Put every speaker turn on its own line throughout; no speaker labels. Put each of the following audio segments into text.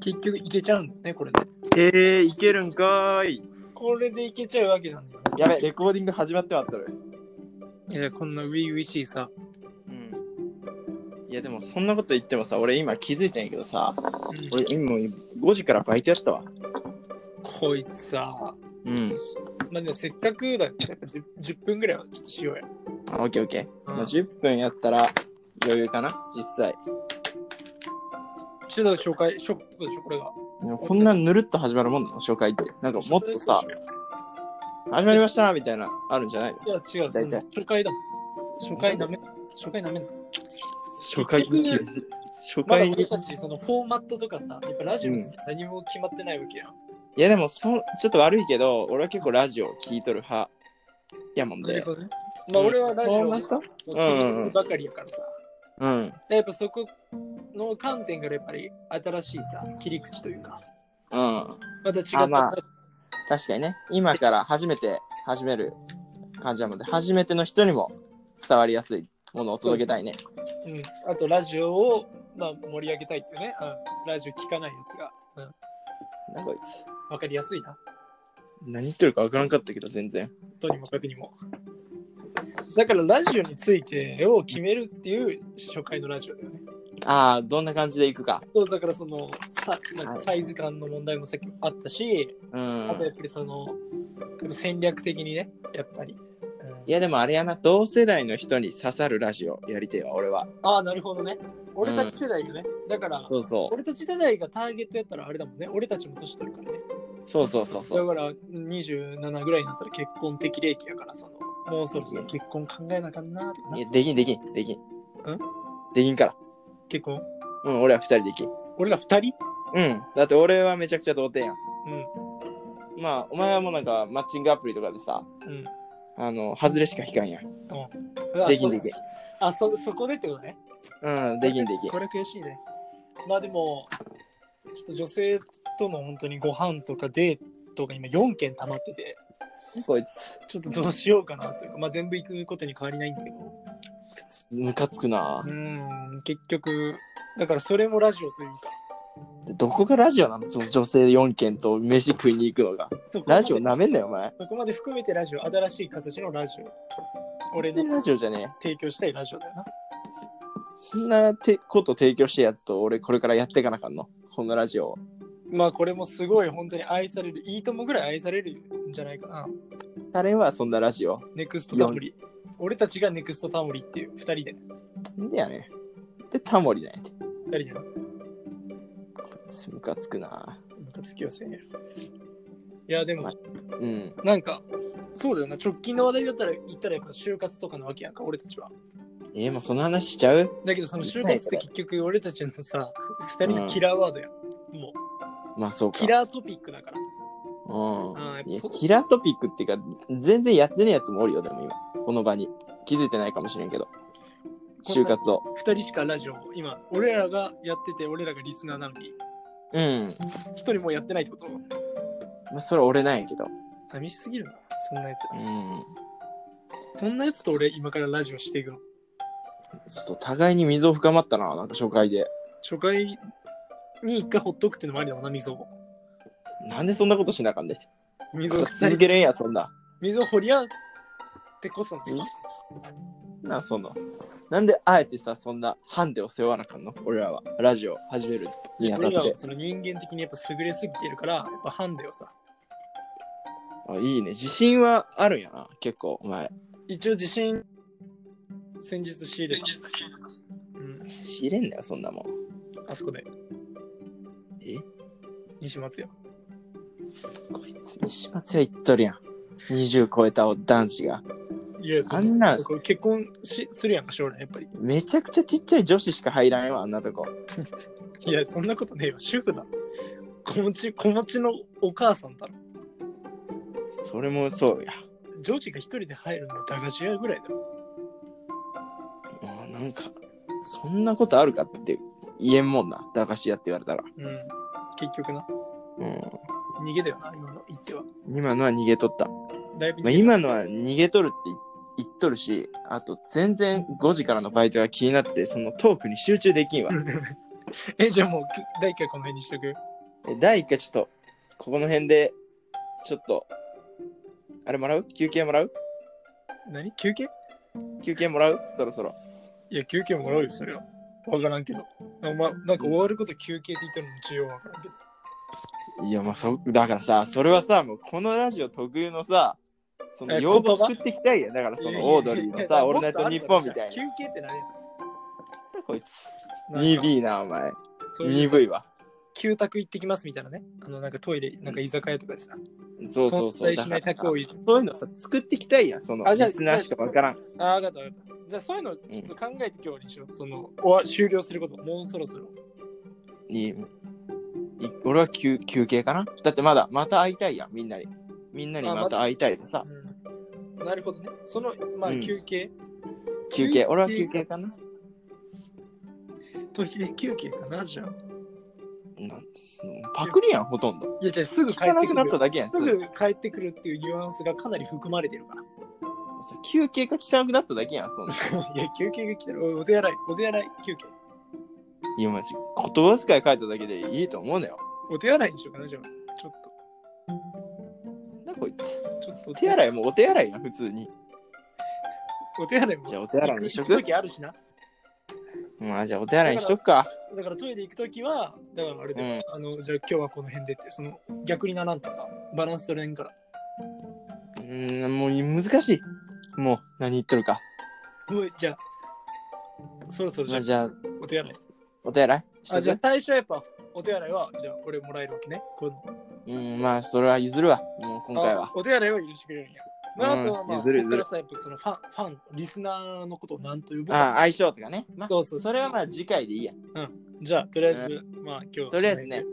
結局いけちゃうんだね、これで。
えー、いけるんかーい。
これでいけちゃうわけなんだよね。
やべ、レコーディング始まってはあったる。
いや、こんなウィウィしいさ。
うん。いや、でもそんなこと言ってもさ、俺今気づいたんやけどさ、俺今もう5時からバイトやったわ。
こいつさ。
うん。
まあ、でもせっかくだからやっぱ 10, 10分ぐらいはちょっとしようや。
あオッケーオッケー。
うん
まあ、10分やったら余裕かな、実際。
ちょっと紹介、ショックでしょ、これが。
でもこんなぬるっと始まるもんなの、紹介って。なんかもっとさ、始まりましたみたいな、あるんじゃないの
いや、違う、そ
大
んな
体
初回だ。初回ダメ。初回ダメだ。
初回
に厳
しい。初
まだ
回に。
俺
い
たち、そのフォーマットとかさ、やっぱラジオについて何も決まってないわけやん。
や、でもそ、ちょっと悪いけど、俺は結構ラジオ聞いとる派やもん
なる
で。
ほどね。まあ、俺はラジオ
フォーマ
の
ット
聞いてばかりやからさ。
うん。
やっぱそこの観点からやっぱり新しいさ、切り口というか、
うん。
また違った、
あまあ確かにね、今から初めて始める感じなので、初めての人にも伝わりやすいものを届けたいね。
うん、あとラジオを、まあ、盛り上げたいっていうね、うん、ラジオ聞かないやつが、うん、
なんかこいつ。
わかりやすいな。
何言ってるか分からんかったけど、全然。
とにもかくにも。だからラジオについてを決めるっていう初回のラジオだよね。
ああ、どんな感じでいくか。
そうだからそのさなんか
はい
サイズ感の問題もさっきあったし、
うん
あと。やっぱりそのやっぱ戦略的にね、やっぱり。うん
いや、でもあれやな、同世代の人に刺さるラジオやりてえわ、俺は。
ああ、なるほどね。俺たち世代よね。だから、
そうそう。
俺たち世代がターゲットやったらあれだもんね。俺たちも年取るからね。
そうそうそうそう。
だから27ぐらいになったら結婚適齢期やから、その、もうそろそろ結婚考えなあかんなとかない
や、できんできん、できん。できんから。
結婚
うん、俺は二人できん。
俺ら2人
うん。だって俺はめちゃくちゃ童貞やん。
うん。
まあ、お前はもうなんか、マッチングアプリとかでさ、
うん。
あの、外れしか引かんやん。
あ
でき
そ
ん
う
できん
あそ、そこでってことね。
うん、できんできん
こ。れ悔しいね。まあでも、ちょっと女性との本当にご飯とかデートが今4件溜まってて、
こいつ、
ちょっとどうしようかなというか、まあ全部行くことに変わりないんだけど。
ムカつくな
う。ーん、結局、だからそれもラジオというか。
でどこがラジオなのその女性4件と飯食いに行くのが。
そこまで
ラジオなめんなよ、お前。
そこまで含めてラジオ、新しい形のラジオ。俺
全然
の
ラジオじゃねえ。
提供したいラジオだよな。
そんなてこと提供してやつと俺これからやっていかなあかんの。このラジオを。
まあこれもすごい本当に愛される、いいともぐらい愛されるんじゃないかな。
誰はそんなラジオ。
ネクストタモリ。俺たちがネクストタモリっていう、二人で、
なんでやねん。で、タモリなんやて。
二人での
こいつムカつくな。
ムカつきはせんやろいやでも
うん。
なんかそうだよな直近の話題だったら言ったらやっぱ就活とかなわけやんか俺たちは
えー、もうその話しちゃう
だけどその就活って結局俺たちのさ二人のキラーワードやん、もう
まあそうか。
キラートピックだからあーやっ
う
ぱ
ん。いや、キラートピックっていうか、全然やってねえやつもおるよ、でも今。この場に。気づいてないかもしれんけど。
こん
就
な
活を。
二人しかラジオを今俺らがやってて俺らがリスナーなのに
うん。
一人もやってないってこと
まあ、それ俺なんやけど。
寂しすぎるなそんなやつ
うん。
そんなやつと俺今からラジオしていくの
ちょっと互いに溝深まったな、なんか初回で。
初回に一回ほっとくってのもありだもんな溝を
なんでそんなことしなあかんで。
溝 を
続けれんや、そんな。
水を掘り合ってこそのさ
なあ、そんな。なんであえてさ、そんなハンデを背負わなあかんの俺らは。ラジオ始めるにあたっ
俺ら
て
は。その人間的にやっぱ優れすぎているからやっぱハンデをさ
あ、いいね。自信はあるんやな、結構、お前。
一応自信先日仕入れた、うん、
知れんなよ、そんなもん。
あそこで
え
西松屋
こいつ、西松屋行っとるやん。20超えたお男子が。
いやそ
あ
の
んな、
これ結婚しするやんか将来やっぱり
めちゃくちゃちっちゃい女子しか入らんよ、あんなとこ。
いやそんなことねえよ主婦だ子持ち子持ちのお母さんだろ
それもそうや。
女子が一人で入るのは駄菓子屋ぐらいだろ
あなんか、そんなことあるかって言えんもんな。駄菓子屋って言われたら。
うん結局な
う
逃げだよな今の言っては
ん。今のは逃げとった。
だいぶ逃げ
まあ、
た
今のは逃げとるって言っとるし、あと全然5時からのバイトが気になって、そのトークに集中できんわ。
えじゃあもうき第一回この辺にしとく
え第1回ちょっと、ここの辺で、ちょっと、あれもらう休憩もらう
何休憩
休憩もらうそろそろ。
いや、休憩もらうよ、それは。わからんけど。お前、なんか終わること休憩って言ってるのも一応わからんけど。
いや、まあそ、だからさ、それはさ、もうこのラジオ特有のさ、その
え
用
言
語
葉
作っていきたいやんだからそ
いやい
の
や
オードリー
い
の
やいや
さ、オールナイトニッポンみたい
休
な。
憩って何や
こいつ。
なんか
2B な、お前。
そういうさ
2V は。
旧宅行ってきますみたいなね。あの、なんかトイレ、なんか居酒屋とかでさ。
そうそうそう。
存在しない
だか
宅
ら
を言って
そういうのさ、作っていきたいやん。その
あ
リ
じゃあ
スナーしかわからん。
ああ、わかったわかった。じゃあそういうのちょっと考えて今日にしよう。その、終わ終了すること、もうそろそろ。
に、い俺は休休憩かなだってまだ、また会いたいやん、みんなに。みんなに
あま
また会いたいでさ、
うん、なるほどね。その、ま
う
あ
ん
休憩。
休憩、俺は休憩かな
トイレ休憩かな、じゃあ。
なんつうのパクリやん、ほとんど。
いや、じゃあすぐ
聞
帰っ
かな
て
く
く
なった
る。
だけやん。
すぐ帰ってくるっていうニュアンスがかなり含まれてるから。
それ休憩が汚くなっただけやん、そんな。
いや、休憩が来たら、おお手洗い、お手洗い休憩。
いや、マジ、言葉遣い書いただけでいいと思うなよ。
お手洗いにしようかな、じゃあ。ちょっ
なんだこいつ。
と、ちょっとお
お手洗いもお手洗いやん、普通に。
お手洗いも。
じゃあ、お手洗いにしと
行
く
く時あるしな。
まあ、じゃあ、お手洗いにしとくか。
だからトイレ行くときは、だからあれで、あの、じゃあ今日はこの辺でって、その逆にならんとさ、バランス取れんから。
うーん、もう難しい。もう、何言っとるか。
もうじゃあ、そろそろじ
ま
ゃ
あ、
あ
じゃあ、
お手洗い。
お手洗いし
あ、
と
じゃあ
く
最初はやっぱお手洗いは、じゃあ俺もらえるわけね。この
うん、まあ、それは譲るわ。もう、今回は
あ。お手洗いは許してくれるんや。まあ、
うん
あとはまあ、
譲る譲る
こっからさやっぱそのファン、ファン、リスナーのことを何と呼ぶか。
あ相性とかね。まあ、
そうそう
それはまあ次回でいいや。
じゃあ、とりあえず、まあ今日は
とりあえずね、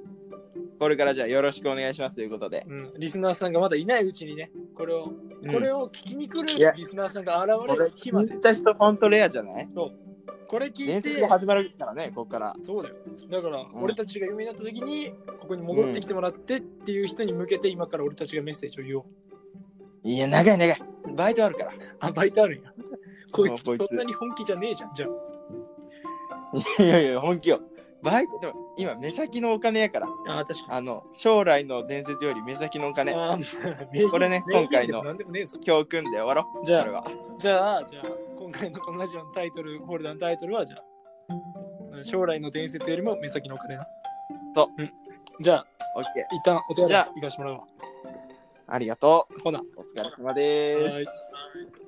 これからじゃあよろしくお願いしますということで。
うん、リスナーさんがまだいないうちにね、これを、これを聞きに来
いや
るリスナーさんが現
こ
れ
れ
る日まで、
聞いた人ほんとレアじゃない
これ聞
伝
い
説
て
が、始まるからね、ここから。
そうだよ。だから、
ん
俺たちが有名になった時に、ここに戻ってきてもらってっていう人に向けて、今から俺たちがメッセージを言おう。
いや、長い長い。バイトあるから。
あ、バイトあるんや。こいつ、
こいつ
そんなに本気じゃねえじゃん。じゃあ、
いやいや、本気よ。バイト、でも今目先のお金やから。
あー、確か
あの、将来の伝説より目先のお
に。
金。
あー名言
これね
名言
今回の
でも何でもねえぞ。
教訓で終わろう。
じ
こ
ゃ
れ
あ、
は。
じゃあ、じゃあ、今回のこのラジオのタイトル、ホルダーのタイトルは、じゃあ、将来の伝説よりも目先のお金な。。
そう
ん、じゃあ、
オッケー。
一旦お手洗い
じゃあ
行かしてもらうわ。
ありがと
ほな。
う。お疲れ様で
は
す
い。